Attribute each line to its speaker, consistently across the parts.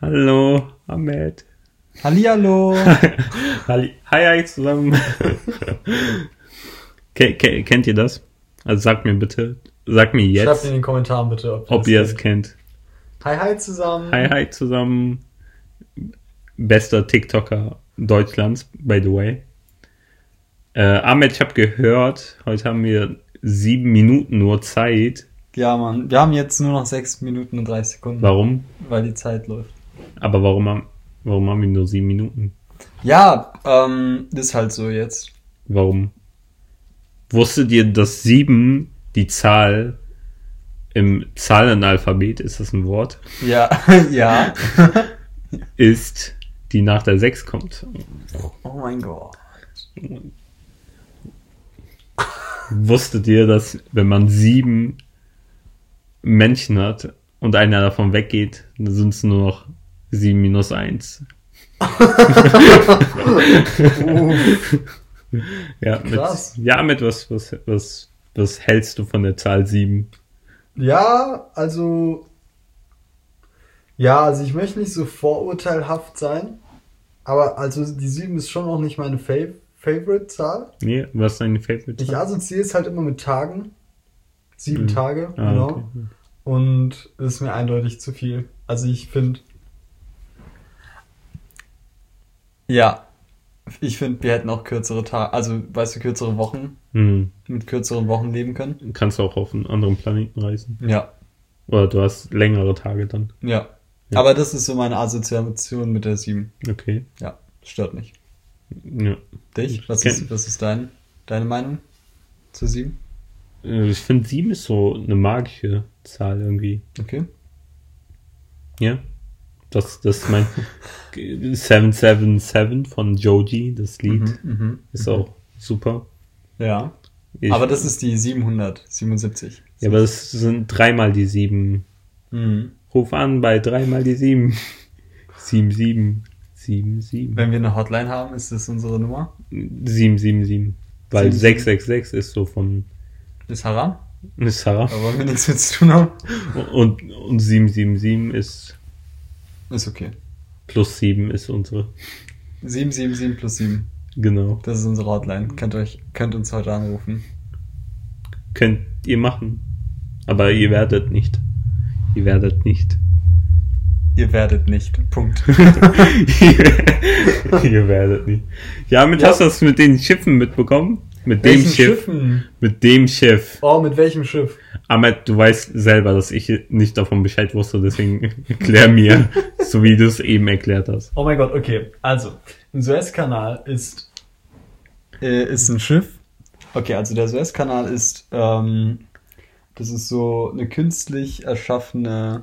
Speaker 1: Hallo, Ahmed.
Speaker 2: Hallihallo.
Speaker 1: Halli hi, hi zusammen. Ke- ke- kennt ihr das? Also sagt mir bitte, sagt mir
Speaker 2: Schreibt
Speaker 1: jetzt,
Speaker 2: in den Kommentaren bitte, ob,
Speaker 1: ob ihr es kennt.
Speaker 2: Hi, hi zusammen.
Speaker 1: Hi, hi zusammen. Bester TikToker Deutschlands, by the way. Äh, Ahmed, ich habe gehört, heute haben wir sieben Minuten nur Zeit.
Speaker 2: Ja, Mann. Wir haben jetzt nur noch 6 Minuten und 30 Sekunden,
Speaker 1: Warum?
Speaker 2: weil die Zeit läuft.
Speaker 1: Aber warum, haben- warum haben wir nur sieben Minuten?
Speaker 2: Ja, ähm, ist halt so jetzt.
Speaker 1: Warum? Wusstet ihr, dass sieben die Zahl im Zahlenalphabet, ist das ein Wort,
Speaker 2: Ja, ja.
Speaker 1: ist, die nach der sechs kommt?
Speaker 2: Oh mein Gott.
Speaker 1: Wusstet ihr, dass wenn man sieben Menschen hat und einer davon weggeht, dann sind es nur noch sieben minus eins?
Speaker 2: Oh.
Speaker 1: ja, mit,
Speaker 2: Krass.
Speaker 1: ja, mit was, was, was, was hältst du von der Zahl sieben?
Speaker 2: Ja, also. Ja, also ich möchte nicht so vorurteilhaft sein, aber also die 7 ist schon auch nicht meine Fav Favorite-Zahl.
Speaker 1: Nee, was ist deine Favorite?
Speaker 2: Ich assoziiere es halt immer mit Tagen. Sieben
Speaker 1: Mhm.
Speaker 2: Tage,
Speaker 1: Ah,
Speaker 2: genau.
Speaker 1: okay.
Speaker 2: Und das ist mir eindeutig zu viel. Also ich finde. Ja, ich finde, wir hätten auch kürzere Tage, also weißt du, kürzere Wochen,
Speaker 1: Hm.
Speaker 2: mit kürzeren Wochen leben können.
Speaker 1: Kannst du auch auf einen anderen Planeten reisen.
Speaker 2: Ja,
Speaker 1: Oder du hast längere Tage dann.
Speaker 2: ja.
Speaker 1: Ja.
Speaker 2: Aber das ist so meine Assoziation mit der 7.
Speaker 1: Okay.
Speaker 2: Ja, stört mich.
Speaker 1: Ja.
Speaker 2: Dich? Was
Speaker 1: Ken-
Speaker 2: ist, was ist dein, deine Meinung zur 7?
Speaker 1: Äh, Ich finde, sieben ist so eine magische Zahl irgendwie.
Speaker 2: Okay.
Speaker 1: Ja. Das, das ist mein 777 von Joji, das Lied.
Speaker 2: Mhm, mhm.
Speaker 1: Ist auch super.
Speaker 2: Ja.
Speaker 1: Ich,
Speaker 2: Aber das ist die 777.
Speaker 1: ja, aber das sind dreimal die sieben.
Speaker 2: Mhm.
Speaker 1: Ruf an bei dreimal die sieben. Sieben, sieben. Sieben, sieben.
Speaker 2: Wenn wir eine Hotline haben, ist das unsere Nummer.
Speaker 1: Sieben, sieben, sieben. Weil
Speaker 2: Sieben, sieben.
Speaker 1: 666 ist so von
Speaker 2: Ist haram.
Speaker 1: Sarah.
Speaker 2: Da wollen wir nichts mit zu tun haben.
Speaker 1: Und, und 777 ist
Speaker 2: Ist okay.
Speaker 1: plus 7 ist unsere.
Speaker 2: 777 plus 7.
Speaker 1: Genau.
Speaker 2: Das ist unsere Hotline. Könnt, euch, könnt uns heute anrufen.
Speaker 1: Könnt ihr machen. Aber ihr werdet nicht. Ihr werdet nicht.
Speaker 2: Ihr werdet nicht. Punkt.
Speaker 1: ihr werdet nicht. Ja, mit
Speaker 2: Ja.
Speaker 1: hast du das mit den Schiffen mitbekommen? Mit dem Schiff.
Speaker 2: Schiffen?
Speaker 1: Mit dem Schiff.
Speaker 2: Oh, mit welchem Schiff?
Speaker 1: Ahmed, du weißt selber, dass ich nicht davon Bescheid wusste, deswegen erklär mir, so wie du es eben erklärt hast.
Speaker 2: Oh mein Gott, okay. Also, ein Suezkanal ist. Äh, ist ein Schiff. Okay, also der Suezkanal ist. Ähm, das ist so eine künstlich erschaffene.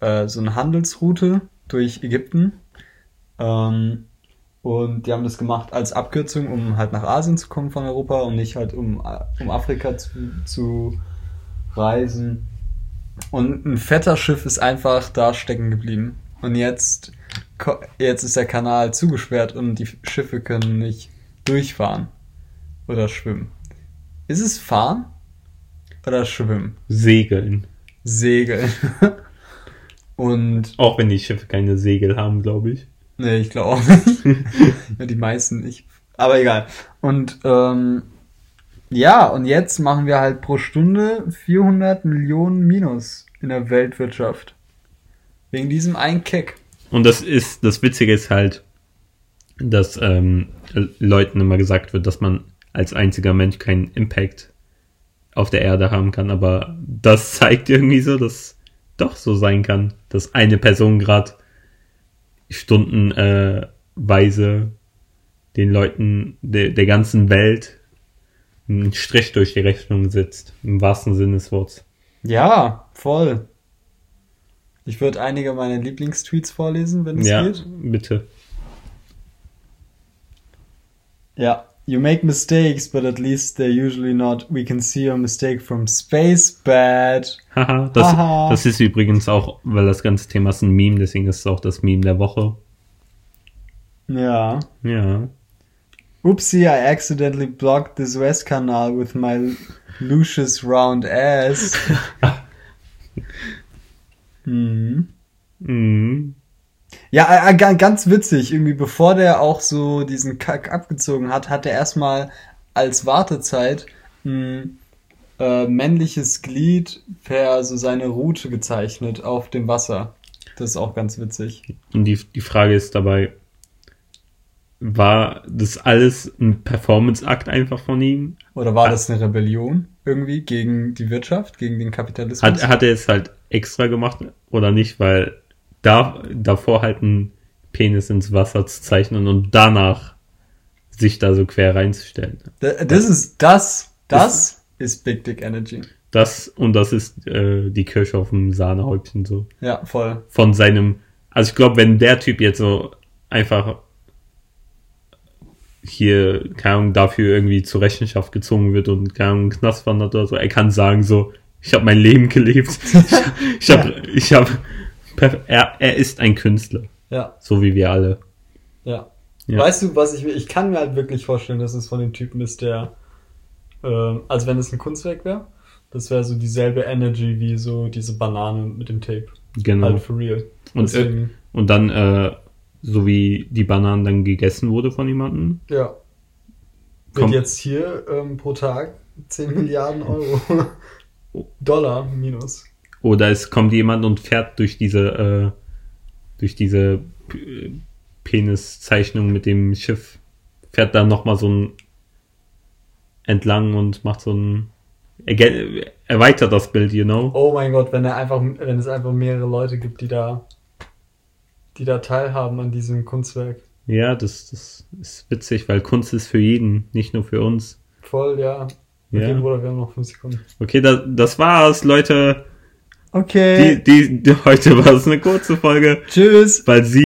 Speaker 2: Äh, so eine Handelsroute durch Ägypten. Ähm, und die haben das gemacht als Abkürzung, um halt nach Asien zu kommen von Europa und nicht halt um, äh, um Afrika zu, zu reisen. Und ein fetter Schiff ist einfach da stecken geblieben. Und jetzt, ko- jetzt ist der Kanal zugesperrt und die Schiffe können nicht durchfahren oder schwimmen. Ist es fahren oder schwimmen?
Speaker 1: Segeln.
Speaker 2: Segeln. und
Speaker 1: Auch wenn die Schiffe keine Segel haben, glaube ich.
Speaker 2: Nee, ich glaube auch nicht. ja, die meisten nicht. Aber egal. Und ähm, ja, und jetzt machen wir halt pro Stunde 400 Millionen Minus in der Weltwirtschaft. Wegen diesem einen Kick.
Speaker 1: Und das ist, das Witzige ist halt, dass ähm, Leuten immer gesagt wird, dass man als einziger Mensch keinen Impact auf der Erde haben kann, aber das zeigt irgendwie so, dass doch so sein kann, dass eine Person gerade stundenweise äh, weise den Leuten der, der ganzen Welt einen Strich durch die Rechnung sitzt, im wahrsten Sinne des Wortes.
Speaker 2: Ja, voll. Ich würde einige meiner Lieblingstweets vorlesen, wenn es
Speaker 1: ja,
Speaker 2: geht.
Speaker 1: bitte.
Speaker 2: Yeah. You make mistakes, but at least they're usually not. We can see your mistake from space, bad.
Speaker 1: Haha, das,
Speaker 2: Haha.
Speaker 1: das ist übrigens auch, weil das ganze Thema ist ein Meme, deswegen ist es auch das Meme der Woche.
Speaker 2: Ja.
Speaker 1: Ja.
Speaker 2: Oopsie, I accidentally blocked the Suez Canal with my luscious round ass. mhm.
Speaker 1: Mhm.
Speaker 2: Ja, äh, ga- ganz witzig, irgendwie bevor der auch so diesen Kack abgezogen hat, hat er erstmal als Wartezeit ein äh, männliches Glied per so seine Route gezeichnet auf dem Wasser. Das ist auch ganz witzig.
Speaker 1: Und die, die Frage ist dabei, war das alles ein Performance-Akt einfach von ihm?
Speaker 2: Oder war
Speaker 1: Ah.
Speaker 2: das eine Rebellion irgendwie gegen die Wirtschaft, gegen den Kapitalismus?
Speaker 1: Hat, hat er es halt extra gemacht oder nicht? Weil da, davor halt einen Penis ins Wasser zu zeichnen und danach sich da so quer reinzustellen.
Speaker 2: D- das ist das, das ist Big Dick Energy.
Speaker 1: Das und das ist äh, die Kirsche auf dem Sahnehäubchen so.
Speaker 2: Ja, voll.
Speaker 1: Von seinem, also ich glaube, wenn der Typ jetzt so einfach hier, keine Ahnung, dafür irgendwie zur Rechenschaft gezogen wird und keine Ahnung, in den Knast wandert oder so, er kann sagen so, ich habe mein Leben gelebt. Ich habe, ich habe, er, er ist ein Künstler,
Speaker 2: Ja,
Speaker 1: so wie wir alle.
Speaker 2: ja.
Speaker 1: Ja.
Speaker 2: Weißt du, was ich mir, ich kann mir halt wirklich vorstellen, dass es von dem Typen ist, der, ähm, also wenn es ein Kunstwerk wäre, das wäre so dieselbe Energy wie so diese Banane mit dem Tape.
Speaker 1: Genau.
Speaker 2: Halt for real.
Speaker 1: und, äh,
Speaker 2: Deswegen,
Speaker 1: und dann, äh, so wie die Bananen dann gegessen wurde von jemandem,
Speaker 2: ja. Wird
Speaker 1: Komm.
Speaker 2: jetzt hier ähm, pro Tag 10 Milliarden Euro. Dollar minus.
Speaker 1: Oder es kommt jemand und fährt durch diese, äh, durch diese äh, Peniszeichnung mit dem Schiff, fährt da nochmal so ein entlang und macht so ein erge- erweitert das Bild, you know?
Speaker 2: Oh mein Gott, wenn er einfach, wenn es einfach mehrere Leute gibt, die da, die da teilhaben an diesem Kunstwerk.
Speaker 1: Ja, das, das ist witzig, weil Kunst ist für jeden, nicht nur für uns.
Speaker 2: Voll, ja.
Speaker 1: Ja.
Speaker 2: Okay, Bruder, wir haben noch fünf Sekunden.
Speaker 1: Okay, da, das war's, Leute. Die,
Speaker 2: Okay.
Speaker 1: die, die, heute war es eine kurze Folge,
Speaker 2: Tschüss.
Speaker 1: weil sie